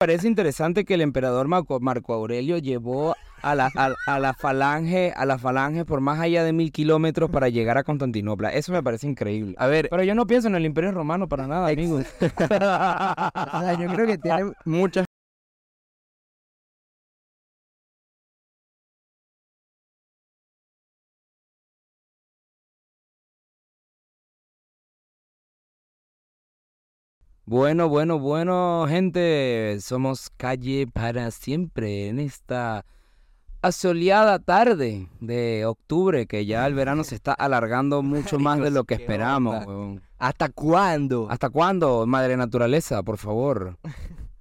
parece interesante que el emperador Marco, Marco Aurelio llevó a la, a, a la falange a la falange por más allá de mil kilómetros para llegar a Constantinopla. Eso me parece increíble. A ver, Pero yo no pienso en el Imperio Romano para nada, amigos. o sea, yo creo que tiene muchas. Bueno, bueno, bueno, gente. Somos calle para siempre en esta asoleada tarde de octubre, que ya el verano se está alargando mucho más de lo que qué esperamos. onda. weón. ¿Hasta cuándo? ¿Hasta cuándo, madre naturaleza? Por favor.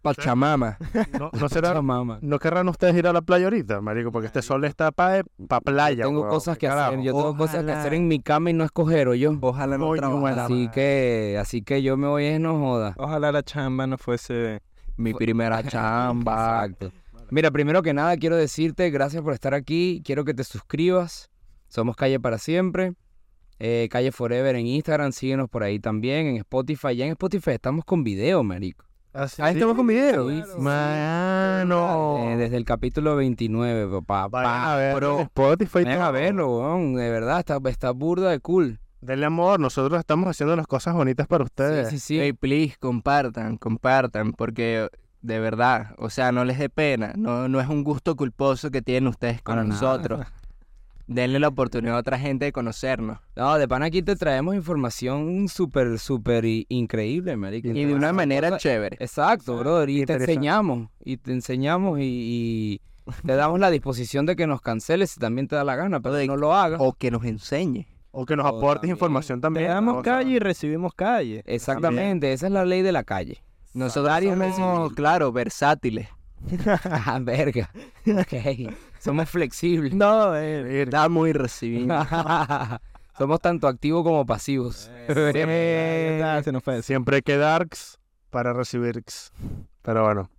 Pachamama. No, no será. Pachamama. ¿No querrán ustedes ir a la playa ahorita, marico? Porque este sol está para pa playa. Tengo weón. cosas ¿Qué que hacer. carajo? Yo tengo cosas que Ojalá. hacer en mi cama y no escoger, o yo. Ojalá no Coño, trabajara. bueno. Así que, así que yo me voy es no joda. Ojalá la chamba no fuese. Mi primera chamba. Exacto. Mira, primero que nada quiero decirte gracias por estar aquí. Quiero que te suscribas. Somos Calle para siempre. Eh, Calle Forever en Instagram. Síguenos por ahí también. En Spotify. Ya en Spotify estamos con video, marico. Así- Ahí estamos con video. Sí, sí, sí. Mano. Eh, desde el capítulo 29, papá. Vayan a ver Pero, Spotify. ven a verlo, weón. De verdad, está, está burda de cool. Denle amor. Nosotros estamos haciendo las cosas bonitas para ustedes. Sí, sí, sí. Ey, please, compartan, compartan, porque de verdad, o sea, no les dé pena, no, no es un gusto culposo que tienen ustedes con Para nada. nosotros. Denle la oportunidad a otra gente de conocernos. No, de pan aquí te traemos información súper, súper i- increíble, marico. Y de una Interesante. manera chévere. Exacto, brother. Y te Interesante. enseñamos. Y te enseñamos y, y te damos la disposición de que nos canceles si también te da la gana, pero no lo hagas. O que nos enseñe. O que nos O aportes también. información también. Le ¿no? damos O sea, calle y recibimos calle. Exactamente, esa es la ley de la calle. Nosotros somos, claro, versátiles. Ah, verga. Ok. Somos flexibles. No, eh, Damos y recibimos. Somos tanto activos como pasivos. Eh, eh, ahí está, se nos fue. Siempre hay que darks para recibir x. Pero bueno.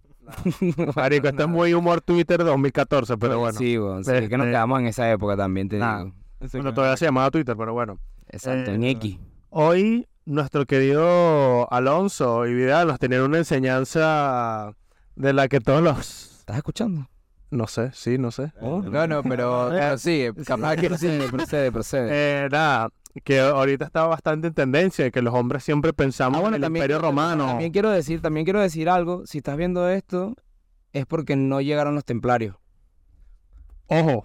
Marico, esto es muy humor Twitter 2014, pero bueno. Pues sí, bueno, eh, sí, es que nos este- quedamos en esa época también, te Nah. digo. Eso Bueno, que- todavía se llamaba Twitter, pero bueno. Exacto, Eh, en X. Hoy nuestro querido Alonso y Vidal nos tenían una enseñanza de la que todos los... ¿Estás escuchando? Oh. No sé, sí, no sé. No, no, pero, pero sí, capaz que sí. Procede, procede, procede. Eh, nada, que ahorita está bastante en tendencia, que los hombres siempre pensamos Ah, bueno, en el también- Imperio Romano. También quiero decir, también quiero decir algo. Si estás viendo esto, es porque no llegaron los templarios. Ojo,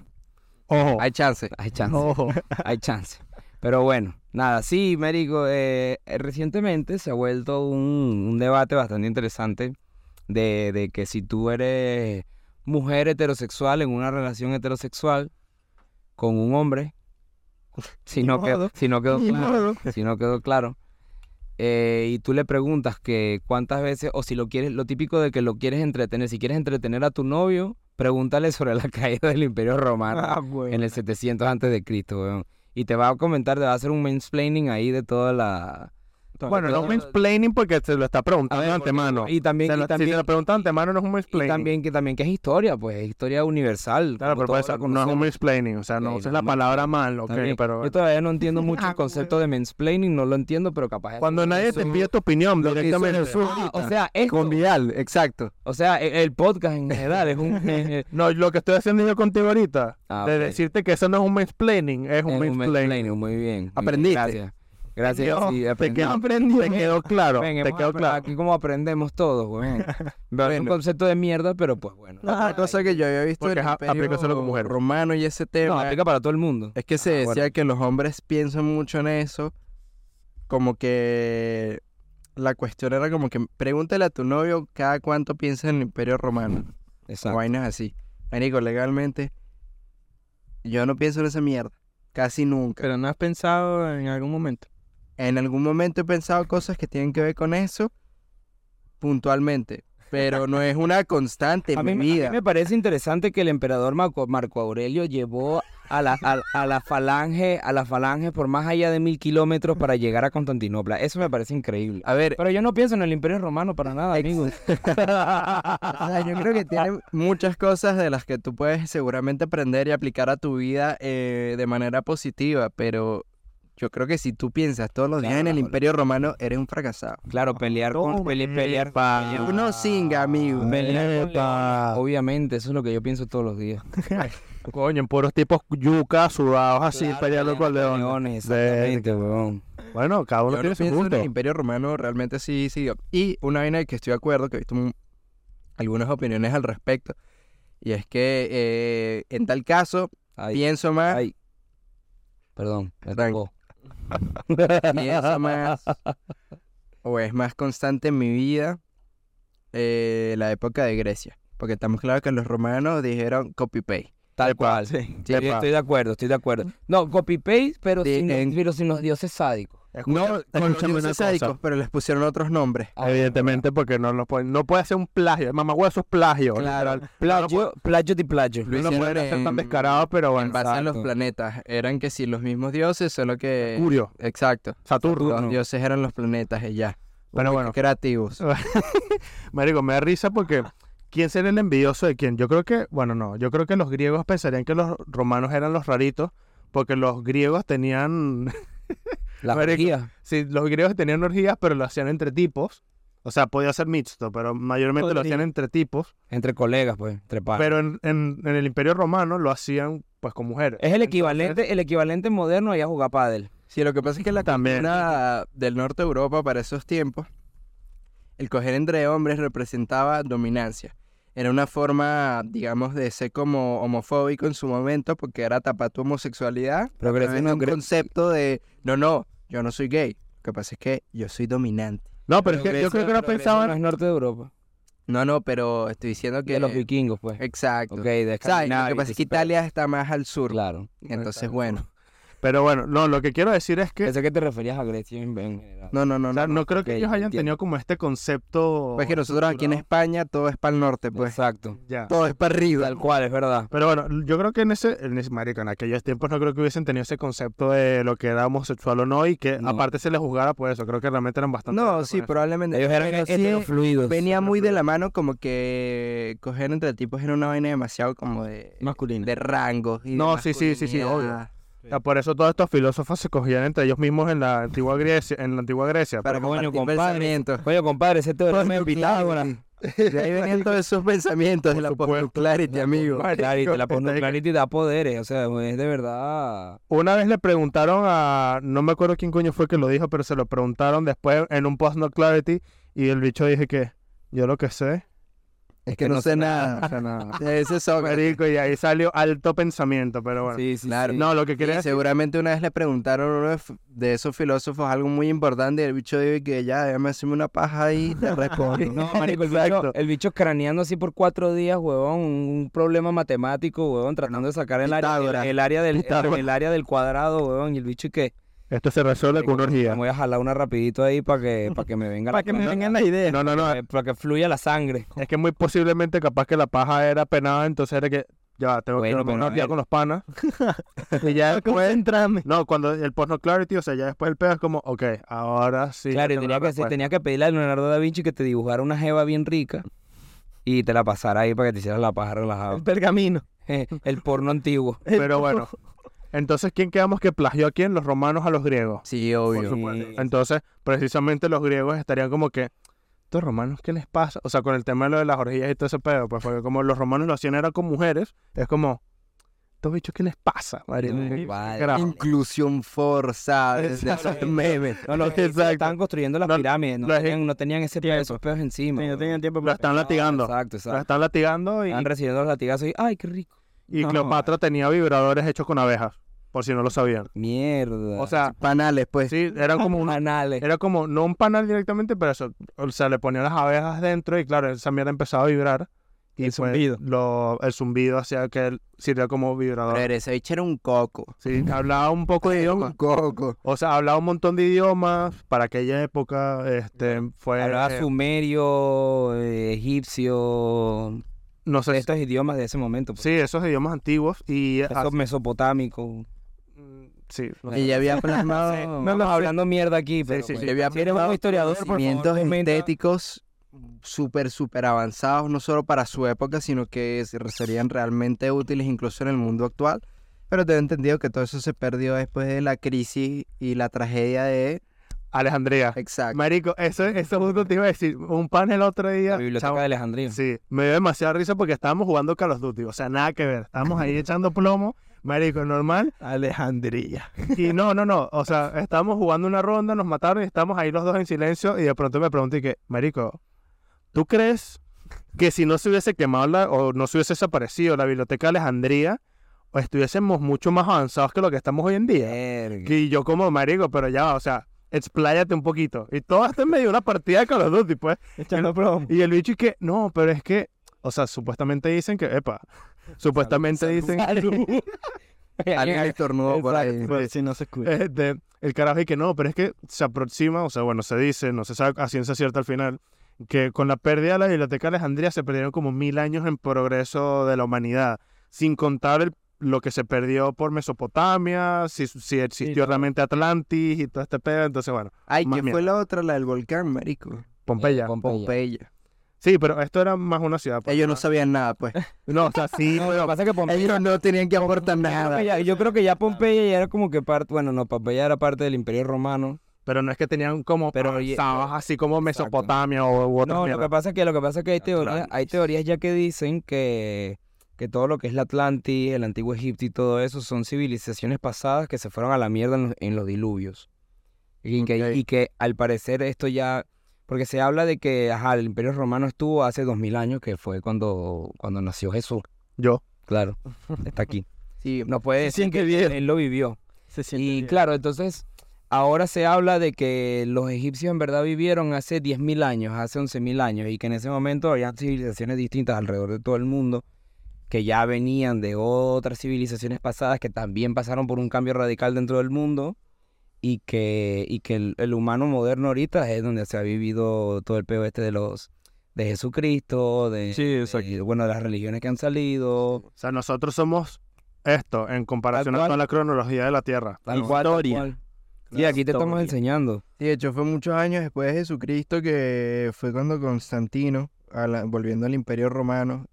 ojo, Hay chance. Hay chance, ojo. hay chance. Pero bueno, nada, sí, Mérico, eh, eh, recientemente se ha vuelto un, un debate bastante interesante de, de que si tú eres mujer heterosexual en una relación heterosexual con un hombre, si no quedó, si no quedó claro. si no quedó claro. Eh, y tú le preguntas que cuántas veces, o si lo quieres, lo típico de que lo quieres entretener, si quieres entretener a tu novio, pregúntale sobre la caída del Imperio Romano Ah, bueno. en el 700 antes de Cristo, weón. Y te va a comentar, te va a hacer un mansplaining ahí de toda la... Bueno, no es un explaining porque se lo está preguntando de antemano. Y también, y Se lo- si se también, lo pregunta de antemano no es un y explaining. también, que, también que es historia, pues, es historia universal. Claro, como pero puede todos la ser, no es un conocemos. mansplaining, o sea, Ok, no uses no, la no. palabra mal, ok, Está bien. pero Yo todavía no entiendo mucho el concepto de mansplaining, no lo entiendo, pero capaz... cuando nadie te pide tu opinión directamente. Ah, o sea, Con esto, Vidal, exacto. o sea, e, el, el podcast en general es un... es- No, lo que estoy haciendo yo contigo ahorita, Ah, de ok. decirte que eso no es un mansplaining, es Eh, un un mansplaining. mansplaining, muy bien. muy bien, Aprendiste. Gracias. Gracias. Yo sí, te aprendí. quedó, te quedó claro, Ven, te hemos quedó apre- claro. Aquí como aprendemos todos, güey. Es un concepto de mierda, pero pues bueno. No, Otra cosa que yo había visto Porque del ja- aplica solo Imperio con mujeres. romano y ese tema Ah, eh. aplica para todo el mundo. es que se Ah, decía bueno. que los hombres piensan mucho en eso, como que la cuestión era como que pregúntale a tu novio cada cuánto piensa en el imperio romano, o Exacto. vainas así. Marico, legalmente yo no pienso en esa mierda, casi nunca. Pero no has pensado en algún momento. En algún momento he pensado cosas que tienen que ver con eso puntualmente, pero no es una constante en A mí, mi me- a mí vida. me parece interesante que el emperador Marco, Marco Aurelio llevó a la, a, a la falange a la falange por más allá de mil kilómetros para llegar a Constantinopla. Eso me parece increíble. A ver, Pero yo no pienso en el Imperio Romano para nada, amigos. O sea, yo creo que tiene muchas cosas de las que tú puedes seguramente aprender y aplicar a tu vida eh, de manera positiva, pero Yo creo que si tú piensas todos los días en el Imperio Romano, eres un fracasado. Claro, pelear con eh, pele- pelear, pelear- Uno singa, amigo. pelear con Epa. leones. Obviamente, eso es lo que yo pienso todos los días. Coño, en puros tipos yuca, sudados así, Claro, Ah, peleando con leones. exactamente, weón. Bueno, cada uno Yo tiene no su pienso en gusto. el Imperio Romano realmente sí, sí. Y una vaina de que estoy de acuerdo, que he visto un- algunas opiniones al respecto, y es que eh, en tal caso, Ay, pienso más, ay. Perdón, me Tranqui. tocó. pienso más, o es más constante en mi vida eh, la época de Grecia. Porque estamos claros que los romanos dijeron copy-paste. Tal cual. Sí. Sí, Epa. estoy de acuerdo, estoy de acuerdo. No, copy-paste, pero, De- sin los- en- pero sin los dioses sádicos. Escucha, Los escúchame una dioses cosa. sádicos, pero les pusieron otros nombres. Ah, Evidentemente, porque no, nos pueden- no puede ser un plagio. Mamá huevo, eso es plagio. Claro. literal. Plagio. Plagio, plagio de plagio. Lo No lo hicieron pueden hacer tan en- descarado, pero En bueno. base a los Exacto. planetas. Eran que sí, los mismos dioses, solo que... Curio, Exacto. Saturno. Los dioses eran los planetas y ya. Pero Uy, bueno. qué creativos. Marico, me da risa porque ¿quién será el envidioso de quién? Yo creo que, bueno, no, yo creo que los griegos pensarían que los romanos eran los raritos porque los griegos tenían, La Marico. orgía. sí, los griegos tenían orgías, pero lo hacían entre tipos. O sea, podía ser mixto, pero mayormente lo hacían entre tipos. Entre colegas, pues, entre Ah. panas. Pero en, en- en el Imperio Romano lo hacían pues con mujeres. es el equivalente, el equivalente moderno a ir a jugar pádel. Sí, lo que pasa es que la También. cultura del norte de Europa para esos tiempos, el coger entre hombres representaba dominancia. Era una forma, digamos, de ser como homofóbico en su momento porque era tapar tu homosexualidad. Pero Pero Grecia es no, un Gre- concepto de, no, no, yo no soy gay. Lo que pasa es que yo soy dominante. No, pero es Grecia- que yo creo que no pero Grecia no pensaban... es norte de Europa. No, no, pero estoy diciendo que... De los vikingos, pues. Exacto. Ok, de ¿Sabes? Lo Escandinavia que y pasa es que ese pedo. Italia está más al sur. Claro. Entonces, bueno. Pero bueno, no, lo que quiero decir es que... Pensé que te referías a Grecia en, en general. No, no, no. o sea, no, no creo que ok, ellos hayan entiendo. tenido como este concepto... Pues que nosotros aquí en estructurado. España todo es para el norte, pues. Exacto. Ya. Todo es para arriba. Tal cual, es verdad. Pero bueno, yo creo que en ese, en ese- marico, en aquellos tiempos no creo que hubiesen tenido ese concepto de lo que era homosexual o no y que No. aparte se les juzgara por eso. Creo que realmente eran bastante. No, abiertos sí, con eso. probablemente. Ellos este eran pero sí, heterofluidos. venía muy de la mano como que coger entre tipos era una vaina demasiado como de, Masculino. de rangos. y de No, sí, sí, sí, sí, masculinidad. O sea, por eso todos estos filósofos se cogían entre ellos mismos en la antigua Grecia. En la antigua Grecia. Para Pero coño, compartir compadre. pensamientos. Oye, compadre, ese teorema de Post-nuclearity. Pitágoras. De ahí venían todos esos pensamientos de la supuesto. post-nuclarity, amigo. Clarity, la está ahí. postnuclearity da poderes, o sea, es de verdad. Una vez le preguntaron a. No me acuerdo quién coño fue que lo dijo, pero se lo preguntaron después en un post No Clarity y el bicho dije que. Yo lo que sé. Es que no sé nada. O sea, nada. Ese es Sócrates. Marico, y ahí salió alto pensamiento, pero bueno. sí, sí, claro. sí. No, lo que Y quería decir. seguramente una vez le preguntaron a uno de f- de esos filósofos algo muy importante y el bicho dijo que ya, déjame hacerme una paja ahí y te respondo. No, marico, el bicho, Exacto. el bicho craneando así por cuatro días, huevón, un, un problema matemático, huevón, tratando de sacar el área, el, Pitágoras. el área del, el, Pitágoras. el área del cuadrado, huevón, y el bicho que Esto se resuelve con una me orgía. voy a jalar una rapidito ahí para que, para que me venga Para que me vengan las ideas. No, no, no. para que fluya la sangre. Es que muy posiblemente capaz que la paja era penada, entonces era que ya tengo Bueno, eh. que tomar pero una a orgía ver. con los panas. y ya después, Concéntrame. no, cuando el post no clarity, o sea, ya después el pedo es como, ok, ahora sí. claro, y tengo tenía la que, hacer- respuesta. tenía que pedirle a Leonardo da Vinci que te dibujara una jeva bien rica y te la pasara ahí para que te hicieras la paja relajada. El pergamino. Eh, el porno antiguo. Pero bueno. Entonces, ¿quién quedamos que plagió a quién? Los romanos a los griegos. Sí, obvio. Sí. Entonces, precisamente los griegos estarían como que, ¿estos romanos qué les pasa? O sea, con el tema de lo de las orgías y todo ese pedo, pues porque como los romanos lo hacían era con mujeres, es como, ¿estos bichos qué les pasa? marico? No, vale. Carajo. Inclusión forzada. desde Exacto. esos memes. No, los egipcios Exacto. estaban construyendo las Lo- pirámides, no, lo egip- tenían, no tenían ese pe- esos pedos encima. Sí, no huevón. tenía tiempo Lo para- están latigando. Exacto, Lo exacto. están latigando y, Estaban recibiendo los latigazos y ¡ay, qué rico! y No, Cleopatra tenía vibradores hechos con abejas, por si no lo sabían. Mierda. O sea, Panales, pues. sí, eran como un, anales. era como, no un panal directamente, pero eso, o sea, le ponían las abejas dentro y claro, esa mierda empezaba a vibrar. Y El pues, zumbido. lo- el zumbido hacía que él sirviera como vibrador. Pero ese bicho era un coco. Sí, hablaba un poco de idioma. Un coco. O sea, hablaba un montón de idiomas. Para aquella época, este, fue... Hablaba eh, sumerio, eh, egipcio, no sé, estos idiomas de ese momento. pues. sí, ah, esos idiomas antiguos y... Esos mesopotámicos. sí, no sé. Y ya había plasmado No, no, hablando mierda aquí, pero sí, pues, sí. Ya había si eres un aplicado historiador, por conocimientos favor, comenta. estéticos súper, súper avanzados, no solo para su época, sino que se- serían realmente útiles incluso en el mundo actual. Pero tengo entendido que todo eso se perdió después de la crisis y la tragedia de... Alejandría. Exacto. Marico, eso, eso justo te iba a decir. Un pan el otro día. La biblioteca chamo, de Alejandría. Sí, me dio demasiada risa porque estábamos jugando Call of Duty. O sea, nada que ver. Estábamos ahí echando plomo. Marico, normal. Alejandría. Y no, no, no. O sea, estábamos jugando una ronda, nos mataron y estábamos ahí los dos en silencio. Y de pronto me pregunté que, Marico, ¿tú crees que si no se hubiese quemado la- o no se hubiese desaparecido la biblioteca de Alejandría, o estuviésemos mucho más avanzados que lo que estamos hoy en día? Verga. Y yo como, Marico, pero ya, va, o sea, expláyate un poquito. Y todo esto en medio de una partida de Call of Duty, pues. Echando promo. Y el bicho y que, no, pero es que, o sea, supuestamente dicen que, epa, supuestamente dicen... Alguien estornudó por ahí. Por si no se escucha. Este, el carajo y que no, pero es que se aproxima, o sea, bueno, se dice, no se sabe a ciencia cierta al final, que con la pérdida de la Biblioteca de Alejandría se perdieron como mil años en progreso de la humanidad, sin contar el- lo que se perdió por Mesopotamia, si, si existió todo. realmente Atlantis y todo este pedo, entonces bueno, Ay, Más ¿qué fue la otra? La del volcán, marico. Eh, Pompeya. Pompeya. sí, pero esto era más una ciudad. pues. Ellos no sabían nada, pues. No, o sea, sí, No, lo que pero... pasa es que Pompeya- Ellos no tenían que aportar yo creo nada. que ya- Yo creo que ya Pompeya ya era como que parte, bueno, no, Pompeya era parte del Imperio Romano. pero no es que tenían como Pero, pero, oye, así como exacto. Mesopotamia o u otras No, lo mierdas. que pasa es que lo que pasa es que hay teorías, hay Atlantis. teorías ya que dicen que, que todo lo que es la Atlantis, el antiguo Egipto y todo eso son civilizaciones pasadas que se fueron a la mierda en los, en los diluvios. Y que, y que al parecer esto ya, porque se habla de que ajá, el Imperio Romano estuvo hace dos mil años, que fue cuando, cuando nació Jesús. Yo. Claro, está aquí. Sí, eh, No puede decir siente que bien. él lo vivió. Se siente Y bien. claro, entonces ahora se habla de que los egipcios en verdad vivieron hace 10.000 años, hace 11.000 años, y que en ese momento había civilizaciones distintas alrededor de todo el mundo que ya venían de otras civilizaciones pasadas que también pasaron por un cambio radical dentro del mundo y que, y que el, el humano moderno ahorita es donde se ha vivido todo el peo este de los de Jesucristo, de, Sí, exacto. de, bueno, de las religiones que han salido. O sea, nosotros somos esto en comparación Tal cual. con la cronología de la Tierra. Tal No. cual, tal Historia. cual. Y aquí te estamos Historia. enseñando. de hecho fue muchos años después de Jesucristo que fue cuando Constantino, a la- volviendo al Imperio Romano,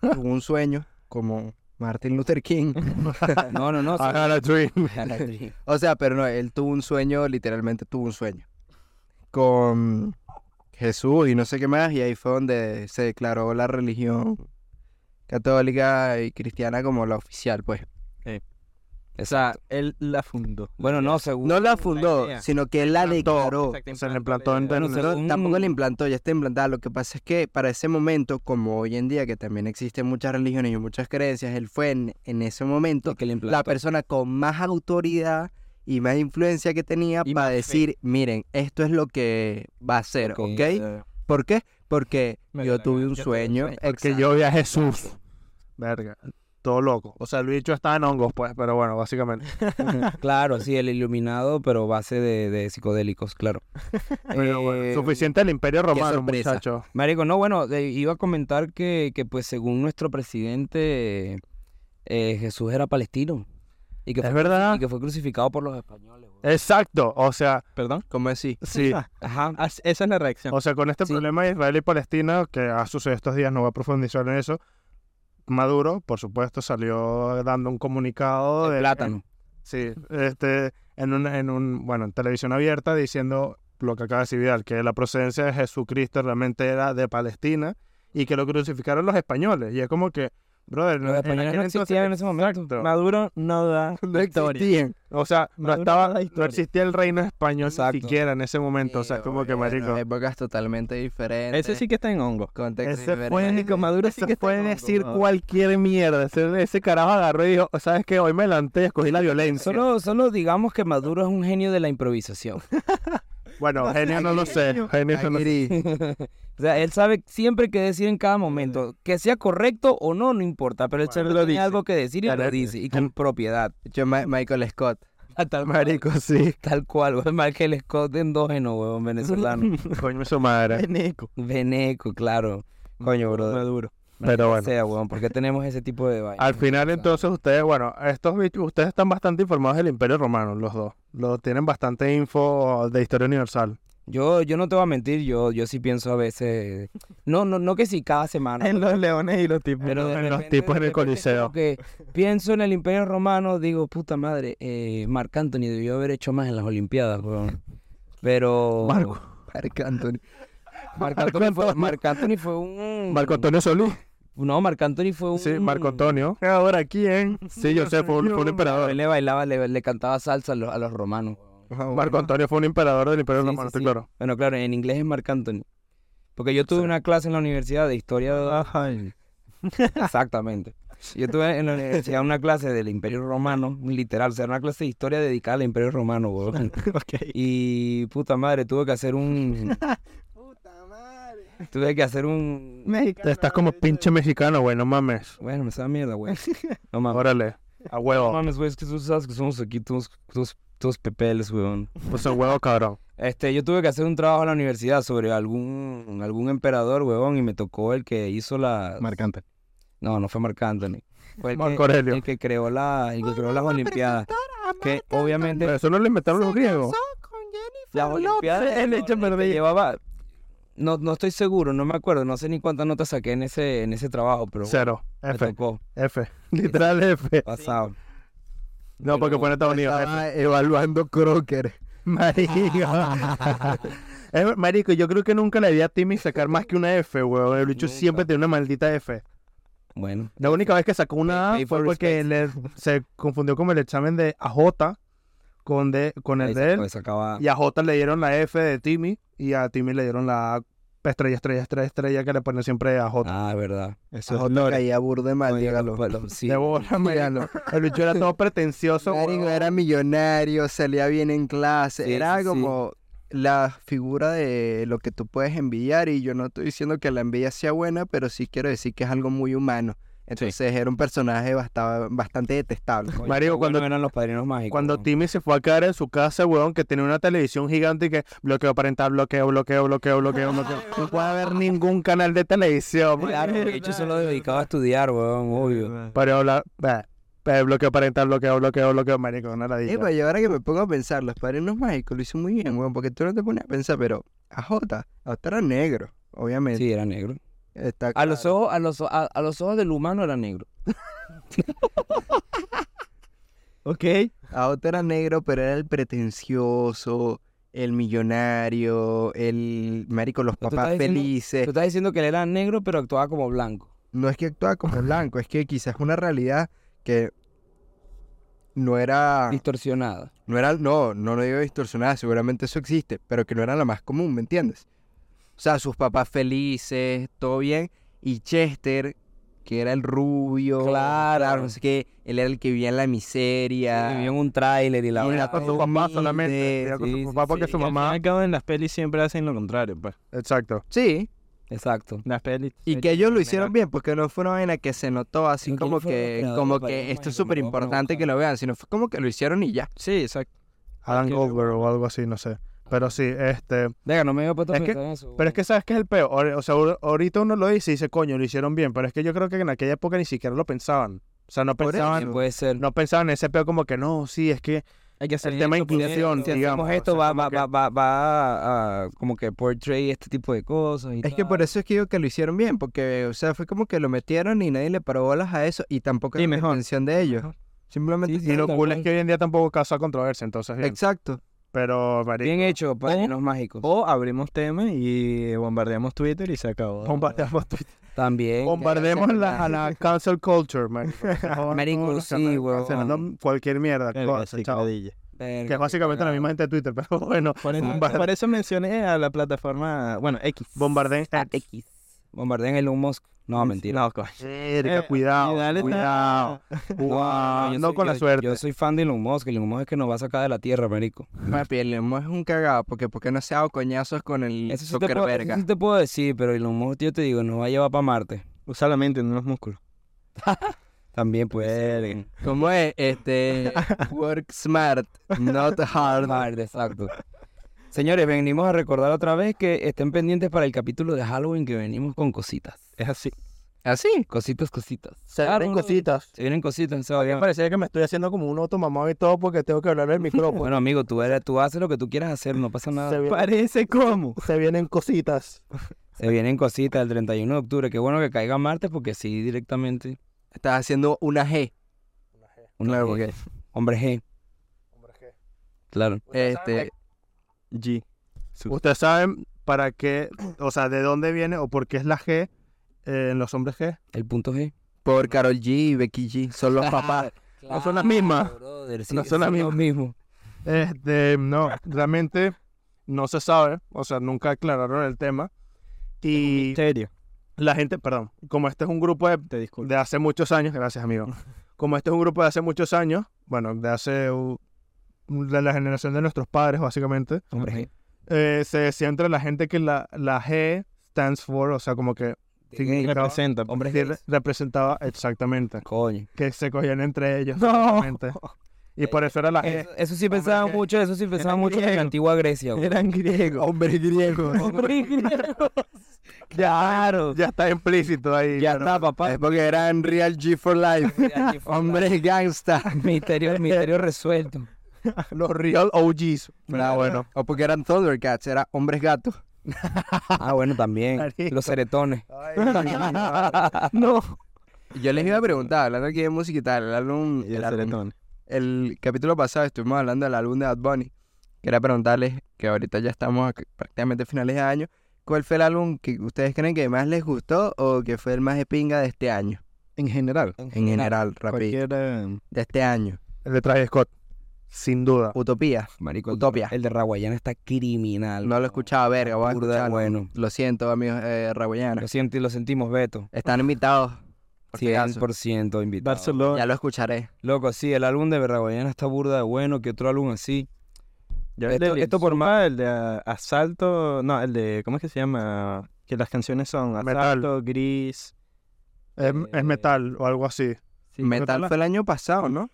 tuvo un sueño como Martin Luther King. No, no, no. I had a dream. sí. O sea, pero no, él tuvo un sueño, literalmente tuvo un sueño. Con Jesús y no sé qué más, y ahí fue donde se declaró la religión católica y cristiana como la oficial, pues. O sea, Él la fundó. bueno, no, según. No la fundó, idea. sino que él la declaró. Se le implantó en Bueno, en- según- Tampoco la implantó, ya está implantada. Lo que pasa es que para ese momento, como hoy en día, que también existen muchas religiones y muchas creencias, él fue en, en ese momento que le la implantó. persona con más autoridad y más influencia que tenía Y para más fe. decir, miren, esto es lo que va a ser, Ok. ¿ok? ¿Por qué? Porque Me yo la tuve gané, un yo tuve un sueño. sueño. que yo vi a Jesús. Verga. Todo loco. O sea, el bicho está en hongos, pues, pero bueno, básicamente. Claro, sí, el iluminado, pero base de, de psicodélicos, claro. Pero bueno, Eh, suficiente el Imperio Romano, sorpresa. muchachos. Marico, no, bueno, de- iba a comentar que, que, pues según nuestro presidente, eh, Jesús era palestino. Y que, Es fue, verdad. y que fue crucificado por los españoles. güey. Exacto. O sea, ¿Perdón? ¿Cómo así? sí. Ah, Ajá. as- Esa es la reacción. O sea, con este Sí. problema de Israel y Palestina que ha sucedido estos días, no voy a profundizar en eso. Maduro, por supuesto, salió dando un comunicado de Plátano. Sí, este, en un, en un, bueno, en televisión abierta diciendo lo que acaba de decir Vidal, que la procedencia de Jesucristo realmente era de Palestina y que lo crucificaron los españoles. Y es como que, brother, Los españoles no existían en ese momento. Maduro no da No historia. existían. O sea, no Maduro estaba, no da no historia. existía el reino español ni Exacto. siquiera en ese momento. O sea, es como que marico. Épocas totalmente diferentes. Ese sí que está en hongo. Contexto Ese fue, diferente. Nico Maduro sí ese que está fue en hongo, decir ¿no? cualquier mierda. Ese, ese carajo agarró y dijo, ¿sabes qué? Hoy me levanté y escogí la violencia. Solo, solo digamos que Maduro es un genio de la improvisación. Bueno, genio no lo sé. Genio no lo sé. Agri, O sea, él sabe siempre qué decir en cada momento. Que sea correcto o no, no importa. Pero él siempre lo tiene dice. algo que decir y Claro. lo dice. Y con propiedad. Ah, yo Ma- Michael Scott. Tal, Marico, sí. tal cual, weón. Michael Scott endógeno, weón, venezolano. Coño, su madre. Nico. Veneco, claro. Coño, brother. Maduro. O Pero bueno. sea, weón, ¿por qué tenemos ese tipo de vaina? Al final entonces ustedes, bueno, estos bichos, ustedes están bastante informados del Imperio Romano, los dos. Lo tienen bastante info de historia universal. Yo, yo no te voy a mentir, yo, yo sí pienso a veces. No, no, no que sí cada semana. En los leones y los tipos. Pero de En los repente- tipos en de repente el es como Coliseo. Que pienso en el Imperio Romano, digo, puta madre, eh, Marc Anthony debió haber hecho más en las Olimpiadas, weón. Pero. Marco. Marc Anthony. Marc Marco Anthony fue, Antonio. Marc Anthony fue un. Marco Antonio Solís. No, Marc Anthony fue un. Sí, Marco Antonio. ¿Ahora quién? Sí, yo sé, fue un, fue un Él emperador. le bailaba, le, le cantaba salsa a los, a los romanos. Marco Antonio fue un emperador del Imperio Sí, Romano, sí, estoy sí. claro. Bueno, claro, en inglés es Marc Anthony. Porque yo tuve Sí. una clase en la universidad de historia. Ay. Exactamente. Yo tuve en la universidad una clase del Imperio Romano, literal, o sea, era una clase de historia dedicada al Imperio Romano, weón. ok. Y puta madre, tuve que hacer un. puta madre. Tuve que hacer un. Mexicano. eh, Estás como pinche mexicano, güey, no mames. Bueno, me sabe mierda, güey. No mames. Órale, a No huevo. mames, güey, es que tú sabes que somos aquí todos, todos, todos pepeles, weón. Pues a huevo, cabrón. Este, yo tuve que hacer un trabajo en la universidad sobre algún, algún emperador, weón, y me tocó el que hizo la. Marcante. No, no fue Marc Anthony. Fue el que- Marco Aurelio. El que creó la, el que creó las Olimpiadas. Que obviamente Pero eso no lo inventaron los griegos. las Olimpiadas el hecho que llevaba. No, no estoy seguro, no me acuerdo, no sé ni cuántas notas saqué en ese, en ese trabajo, pero bueno, Cero. me F. tocó. F. Literal F. Pasado. No, porque fue en Estados Unidos. F. Estaba evaluando Crocker. Marico. Eh, Marico, yo creo que nunca le di a Timmy sacar más que una F, weón. El bicho Nunca. siempre tenía una maldita F. Bueno, La única vez que sacó una Pay A for fue porque le, se confundió con el examen de AJ con, de, con el ahí de se, él. pues, acaba. Y a J le dieron la F de Timmy y a Timmy le dieron la A, pues, estrella, estrella, estrella, estrella que le ponen siempre a J. Ah, es verdad. Eso es J caía burde mal, Oye, dígalo. pues, lo- sí. De bola, marico. El bicho era todo pretencioso. Marico weón. era millonario, salía bien en clase, Sí, era sí, sí. como la figura de lo que tú puedes envidiar y yo no estoy diciendo que la envidia sea buena, pero sí quiero decir que es algo muy humano. Entonces era un personaje basta- bastante detestable. Oye, Marico, qué cuando- bueno eran los padrinos mágicos. Cuando ¿no? Timmy se fue a caer en su casa, weón, que tenía una televisión gigante y que bloqueo parental, bloqueo, bloqueo, bloqueo, bloqueo, bloqueo. No puede haber ningún canal de televisión. Claro, de hecho solo dedicado a estudiar, weón, obvio. Pero hablar, bah, bah, bloqueo parental, bloqueo, bloqueo, bloqueo, marico, una ladilla. Eh, pues, pero yo ahora que me pongo a pensar, los padrinos mágicos lo hizo muy bien, weón, porque tú no te pones a pensar, pero a J, a J era negro, obviamente. Sí, era negro. Está A los claro. ojos, a los, o- a, a los ojos del humano era negro. Ok. A Otto era negro, pero era el pretencioso, el millonario, el marico, los tú estás papás diciendo- felices. Tú estás diciendo que él era negro, pero actuaba como blanco. No es que actuaba como blanco, es que quizás una realidad que no Ah. era, Distorsionada. no era, no, no lo digo distorsionada, seguramente eso existe, pero que no era la más común, ¿me entiendes? O sea, sus papás felices, todo bien, y Chester, que era el rubio, Claro. no sé qué, él era el que vivía en la miseria. Vivió en un tráiler y la Y verdad. Era con su papá solamente. Era con sí, su papá sí, porque sí, su Que al fin y mamá. al cabo en las pelis siempre hacen lo contrario, pues. Exacto. Sí, Exacto. Las pelis. Y que ellos lo hicieron bien, porque no fue una vaina que se notó así Creo que como ellos fueron los que, creadores como de Padrinos que esto Mágicos, es me súper lo voy a importante que buscar. lo vean, sino fue como que lo hicieron y ya. Sí, exacto. Adam Cualquier- Goldberg o algo así, no sé. Pero sí, este. Venga, no me había puesto a Es que- pensar en eso. Pero es que, ¿sabes qué es el peor? O sea, ahor- ahorita uno lo dice y dice, coño, lo hicieron bien. Pero es que yo creo que en aquella época ni siquiera lo pensaban. O sea, no Por eso. pensaban. Bien, puede ser. No pensaban en ese peor como que no, sí, es que Hay que hacer el tema de inclusión, si digamos. hacemos esto, o sea, va, como va, que- va, va, va a, como que portray este tipo de cosas. y Es que tal. por eso es que digo que lo hicieron bien, porque, o sea, fue como que lo metieron y nadie le paró bolas a eso, y tampoco Y era la mejor. intención de ellos. Mejor. Simplemente... Sí, Y lo tal cool es cual. que hoy en día tampoco causa controversia, entonces bien. Exacto. Pero, marico, Bien hecho, pues, padrinos mágicos. O abrimos temas y bombardeamos Twitter y se acabó. bombardeamos, Twitter. También. Bombardeemos la, a la cancel culture, marico. Marico, Todos los sí, canales huevón. cancelando cualquier mierda. Verga, cosa, sí, chao. cadilla. Verga, Que es básicamente la misma gente de Twitter, pero bueno, Por eso, Bombarde- por eso mencioné a la plataforma, bueno, X. bombardeen. Eh, X. Bombardeen el Elon Musk. No, mentira. No, coño. Verga, Eh, cuidado, y dale cuidado. No, Cuidado. yo No soy- con la yo- suerte. Yo soy fan de Elon Musk. Elon Musk es que nos va a sacar de la tierra, marico. Papi, el emo es un cagado, porque ¿por qué no se ha dado coñazos con el Eso sí, te puedo, eso Zuckerberg? sí te puedo decir, pero Elon Musk, yo te digo, nos va a llevar para Marte. Usa la mente, no los músculos. También puede. ¿Cómo es? Este... Work smart, not hard. Marte, exacto. Señores, venimos a recordar otra vez que estén pendientes para el capítulo de Halloween que venimos con cositas. Es así. ¿Así? Cositas, cositas. Se Claro, ven uno- cositas. Se vienen cositas en Sebastián. Parecía que me estoy haciendo como un automamón y todo porque tengo que hablar del micrófono. Bueno, amigo, tú, eres, tú haces lo que tú quieras hacer, no pasa Se nada. vienen- Parece como. se vienen cositas. Se vienen cositas el 31 de octubre. Qué bueno que caiga martes porque sí, directamente. Estás haciendo una G. Una Claro, G. porque- Hombre G, claro. Este. G. Ustedes saben para qué, o sea, de dónde viene o por qué es la G eh, en los hombres G. El punto G. Por Carol G y Becky G. Son los papás. No son las mismas. no son las mismas. mismo. Este, no, realmente no se sabe, o sea, nunca aclararon el tema. Y Serio. la gente, perdón, como este es un grupo de, Te disculpo. de hace muchos años, gracias amigo, como este es un grupo de hace muchos años, bueno, de hace, uh, de la generación de nuestros padres básicamente, Hombre, G. eh, se decía entre la gente que la, la G stands for, o sea, como que pues, significaba- representa. Hombre sí, G. re- representaba exactamente, Coño. que se cogían entre ellos. No. exactamente. Y por eso era la eh, G. Eso, eso sí pensaba G. mucho, eso sí pensaba mucho en la griego. antigua Grecia. güey. Eran griegos. Hombre griego. Hombre griego. Claro. Ya está implícito ahí. Ya pero- está, papá. Es porque eran Real G for Life. Hombre gangsta. misterio, misterio resuelto. Los real OGs. Pero bueno. O porque eran Thundercats. Era hombres gatos. Ah, bueno, también. Los seretones. No. Y Yo les iba a preguntar, hablando aquí de música y tal, el álbum, Y el el álbum- seretón. el capítulo pasado estuvimos hablando del álbum de Bad Bunny. Quería preguntarles, que ahorita ya estamos a- prácticamente a finales de año, ¿cuál fue el álbum que ustedes creen que más les gustó o que fue el más de pinga de este año? En general. En general, rápido. Cualquier. eh, De este año. El de Travis Scott. Sin duda. Utopía. Marico, el- Utopia. El de Raguayana está criminal. No lo escuchaba, verga. voy a Burda, escucharlo. bueno. Lo siento, amigos eh, raguayanos. Lo, siento, y lo sentimos, Beto. Están invitados. por si acaso. 100% invitado. Barcelona. Ya lo escucharé. Loco, sí, el álbum de Raguayana está burda de bueno. que otro álbum así? Ya Esto- el de esto por Zumba, El de ah, Asalto. No, el de. ¿Cómo es que se llama? Que las canciones son Metal. Asalto, Gris. eh, Es, es metal o algo así. Sí, Metal fue el año pasado, ¿no?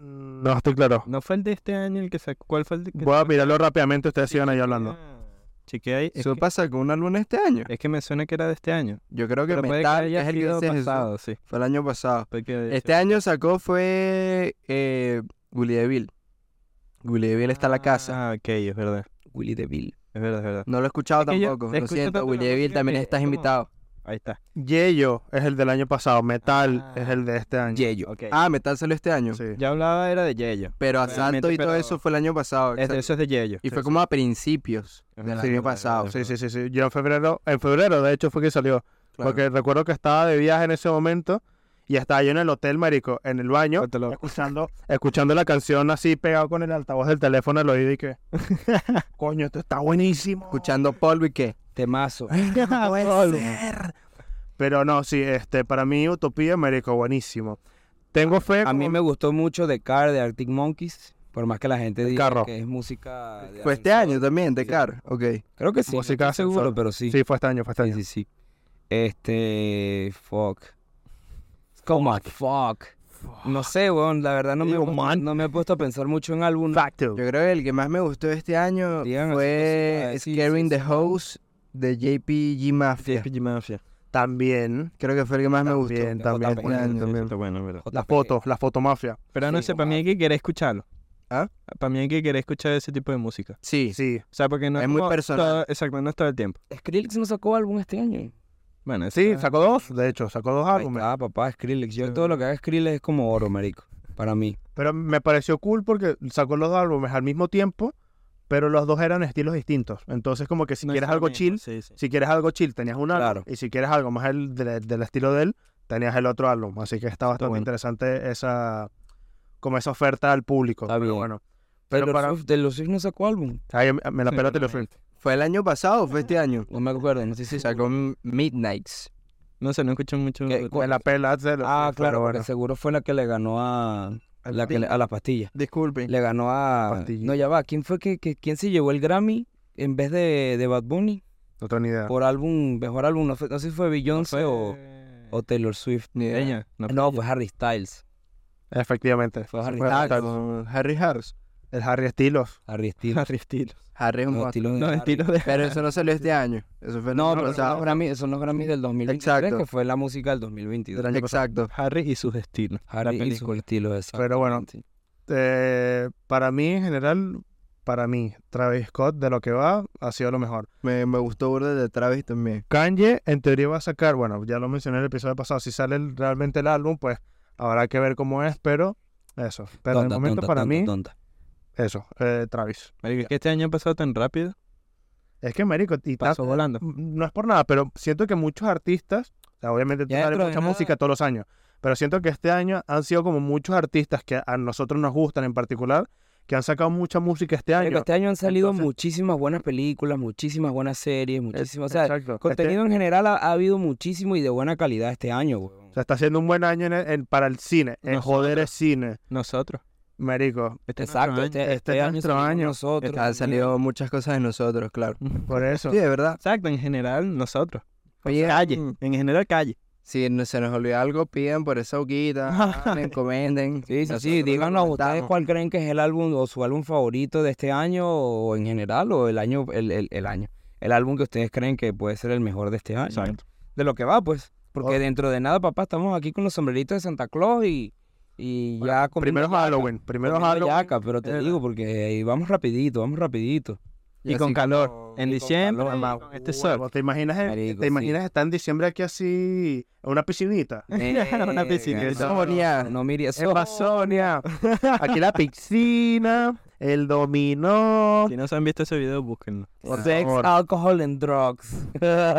No estoy claro. ¿No fue el de este año el que sacó? ¿Cuál fue el de que Ah, Voy a mirarlo rápidamente. Ustedes sigan ahí hablando. Chequeé ahí. Es Eso que, pasa con un álbum este año. es que me suena que era de este año. Yo creo que Pero puede que Metal que haya es el que sido dice Jesús, pasado, sí. Fue el año pasado. Puede que haya Este año sacó fue eh, Willy DeVille. Willy DeVille está en la casa. Ah, ok, es verdad. Willy DeVille. Es verdad, es verdad. No lo he escuchado Es que yo tampoco. Lo escucho siento, tanto la Willy DeVille música también que estás es como- invitado. Ahí está. Yello es el del año pasado. Metal Ah. es el de este año. Yeyo. Ok. Ah, Metal salió este año. Sí. Ya hablaba era de Yeyo. Pero Asalto Realmente, y todo pero- eso fue el año pasado. Es- exacto. eso es de Yeyo. Y fue como a principios Es del verdad, año es verdad, es pasado. verdad. Sí, sí, sí, sí. Yo en febrero, en febrero de hecho fue que salió. Claro. Porque recuerdo que estaba de viaje en ese momento y estaba yo en el hotel, marico, en el baño, Cuéntalo. escuchando, escuchando la canción así pegado con el altavoz del teléfono al oído y que, coño, esto está buenísimo. Escuchando Polvo y qué. Temazo. No puede ser. Pero no, sí, este, para mí Utopía, marico, buenísimo. Tengo fe. A mí como- me gustó mucho The Car de Arctic Monkeys. Por más que la gente diga carro. que es música. de Fue este ascensor. año también, de Car. Ok. Creo que sí. no Música de estoy seguro, ascensor. pero sí. Sí, fue este año, fue este Sí, año. sí, sí. Este. Fuck. Como fuck. No sé, weón. La verdad no me, he Digo, puesto- man. no me he puesto a pensar mucho en álbum. Facto. Yo creo que el que más me gustó este año Digan así fue cositas, sí, Scaring sí, the sí. House de JPG Mafia. JPG Mafia. También. Creo que fue el que más me gustó. También, También, también. JPG. Bueno, Sí, también. Está bueno, es verdad. La foto, la fotomafia. Pero no Sí, sé, para mí como- hay que querer escucharlo. ¿Ah? Para mí hay que querer escuchar ese tipo de música. Sí. Sí. O sea, porque no Es muy como personal. todo- exacto, no es todo el tiempo. Skrillex no sacó álbum este año. Bueno, Sí, esa- sacó dos, de hecho, sacó dos Ahí álbumes. está, papá, Skrillex. Yo Sí. todo lo que haga Skrillex es como oro, marico. Para mí. Pero me pareció cool porque sacó los dos álbumes al mismo tiempo, pero los dos eran estilos distintos. Entonces, como que si no es quieres lo algo mismo, chill, Sí, sí. si quieres algo chill, tenías un álbum. Claro. Y si quieres algo más el, del, del estilo de él, tenías el otro álbum. Así que está bastante bueno. interesante esa como esa oferta al público. Está Pero bien. bueno. Pero Pero Taylor para- Swift, Taylor Swift no sacó álbum. Ahí me la Sí, pela Taylor claramente. Swift. ¿Fue el año pasado o fue este año? No me acuerdo, no sé si Sacó M- Midnights. No sé, no escucho mucho. ¿Qué? de- ¿Cuál? Me la pela Taylor Ah, Swift, claro, pero porque bueno. seguro fue la que le ganó a, la que le- a las pastillas. Disculpen. Le ganó a. Pastilla. No, ya va. ¿Quién fue que, que- quién se llevó el Grammy en vez de, de Bad Bunny? No tengo ni idea. Por álbum, mejor álbum. No, fue- no sé si fue Beyoncé o, o Taylor Swift. Ni idea. Ella, no. No, fue Harry Styles. Efectivamente. Fue Harry Fue Styles. Con Harry House. El Harry Estilos. Harry Styles. Harry Styles. Harry es un Los hot. estilos de No, Harry. estilos de... Pero eso no salió este año. Eso fue No, pero o son sea, los, Grammys, son los Grammys del 2023, Exacto. que fue la música del 2022. del año exacto. Harry y sus estilos. La Harry y sus película. estilos, exacto. Pero bueno, eh, para mí en general, para mí, Travis Scott de lo que va ha sido lo mejor. Me, me gustó burda de Travis también. Kanye en teoría va a sacar, bueno, ya lo mencioné en el episodio pasado, si sale el- realmente el álbum, pues habrá que ver cómo es, pero eso. Pero en el Tonta, momento tonta, para tonta, mí, tonta. eso, eh, Travis. Marico, es que este año ha pasado tan rápido. Es que, marico, y tan- Pasó volando. no es por nada, pero siento que muchos artistas, o sea, obviamente tú Ya sales dentro de mucha nada. música todos los años, pero siento que este año han sido como muchos artistas que a nosotros nos gustan en particular, que han sacado mucha música este Marico, año. este año han salido Entonces- muchísimas buenas películas, muchísimas buenas series, muchísimas... o sea, Exacto. Este- contenido en general ha, ha habido muchísimo y de buena calidad este año, weón. o sea, está siendo un buen año en el- en- para el cine. El joder es cine, Nosotros. marico. Este es Exacto, nuestro este, Este este es año nuestro salimos año. nosotros. Este, este Han salido muchas cosas de nosotros, claro. año. Por eso. Sí, de verdad. Exacto, en general, nosotros. Oye, Calle, mm, en general calle. Si no- se nos olvida algo, pidan por esa hoguita, hablen, comenten. Sí, sí, sí, Nosotros lo díganos ustedes comentamos. cuál creen que es el álbum o su álbum favorito de este año o en general o el año, el, el- el año, el álbum que ustedes creen que puede ser el mejor de este año. De lo que va, pues. Porque Oh. dentro de nada, papá, estamos aquí con los sombreritos de Santa Claus y, y Bueno, ya... comiendo Primero yaca, Halloween, primero comiendo Halloween. yaca, pero te Eh, digo, porque ahí vamos rapidito, vamos rapidito. Y, así con calor. como- en y con diciembre, calor, y con este sol. Huevo, ¿Te imaginas, en- Marico, te sí. imaginas estar en diciembre aquí así, en una piscinita? Una piscinita. Sonia. No, mire, En Pasonia. Aquí la piscina, el dominó. Si no se han visto ese video, búsquenlo. Por Sex, favor. alcohol and drugs.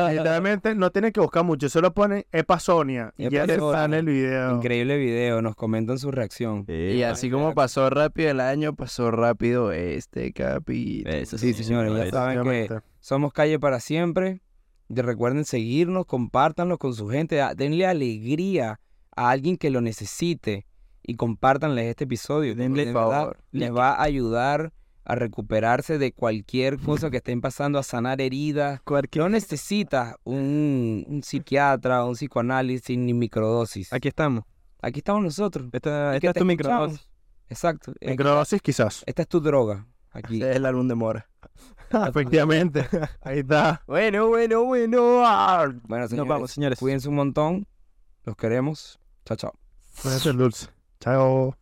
Literalmente no tienen que buscar mucho, solo ponen Epazonia y ya les Epazonia. sale el video. Increíble video, nos comentan su reacción. Eh, Y así como pasó rápido el año, pasó rápido este capítulo. Eso Sí, sí, señores, ya eso saben que Obviamente. somos calle para siempre. Y recuerden seguirnos, compártanlo con su gente, da- denle alegría a alguien que lo necesite y compártanles este episodio. porque Denle de favor. verdad les va a ayudar a recuperarse de cualquier cosa que estén pasando, a sanar heridas. Cualquier- No necesitas un, un psiquiatra, un psicoanálisis ni microdosis. Aquí, Aquí estamos. estamos nosotros. Esta, Y esta que es te tu escuchamos. microdosis. Exacto. eh, Microdosis quizás. Esta es tu droga. Aquí. Este es el álbum de Mora. Efectivamente. Ahí está. Bueno, bueno, bueno. ah. Bueno, Nos señores, vamos, señores. cuídense un montón. Los queremos. Chao, chao. Puede ser dulce. Chao.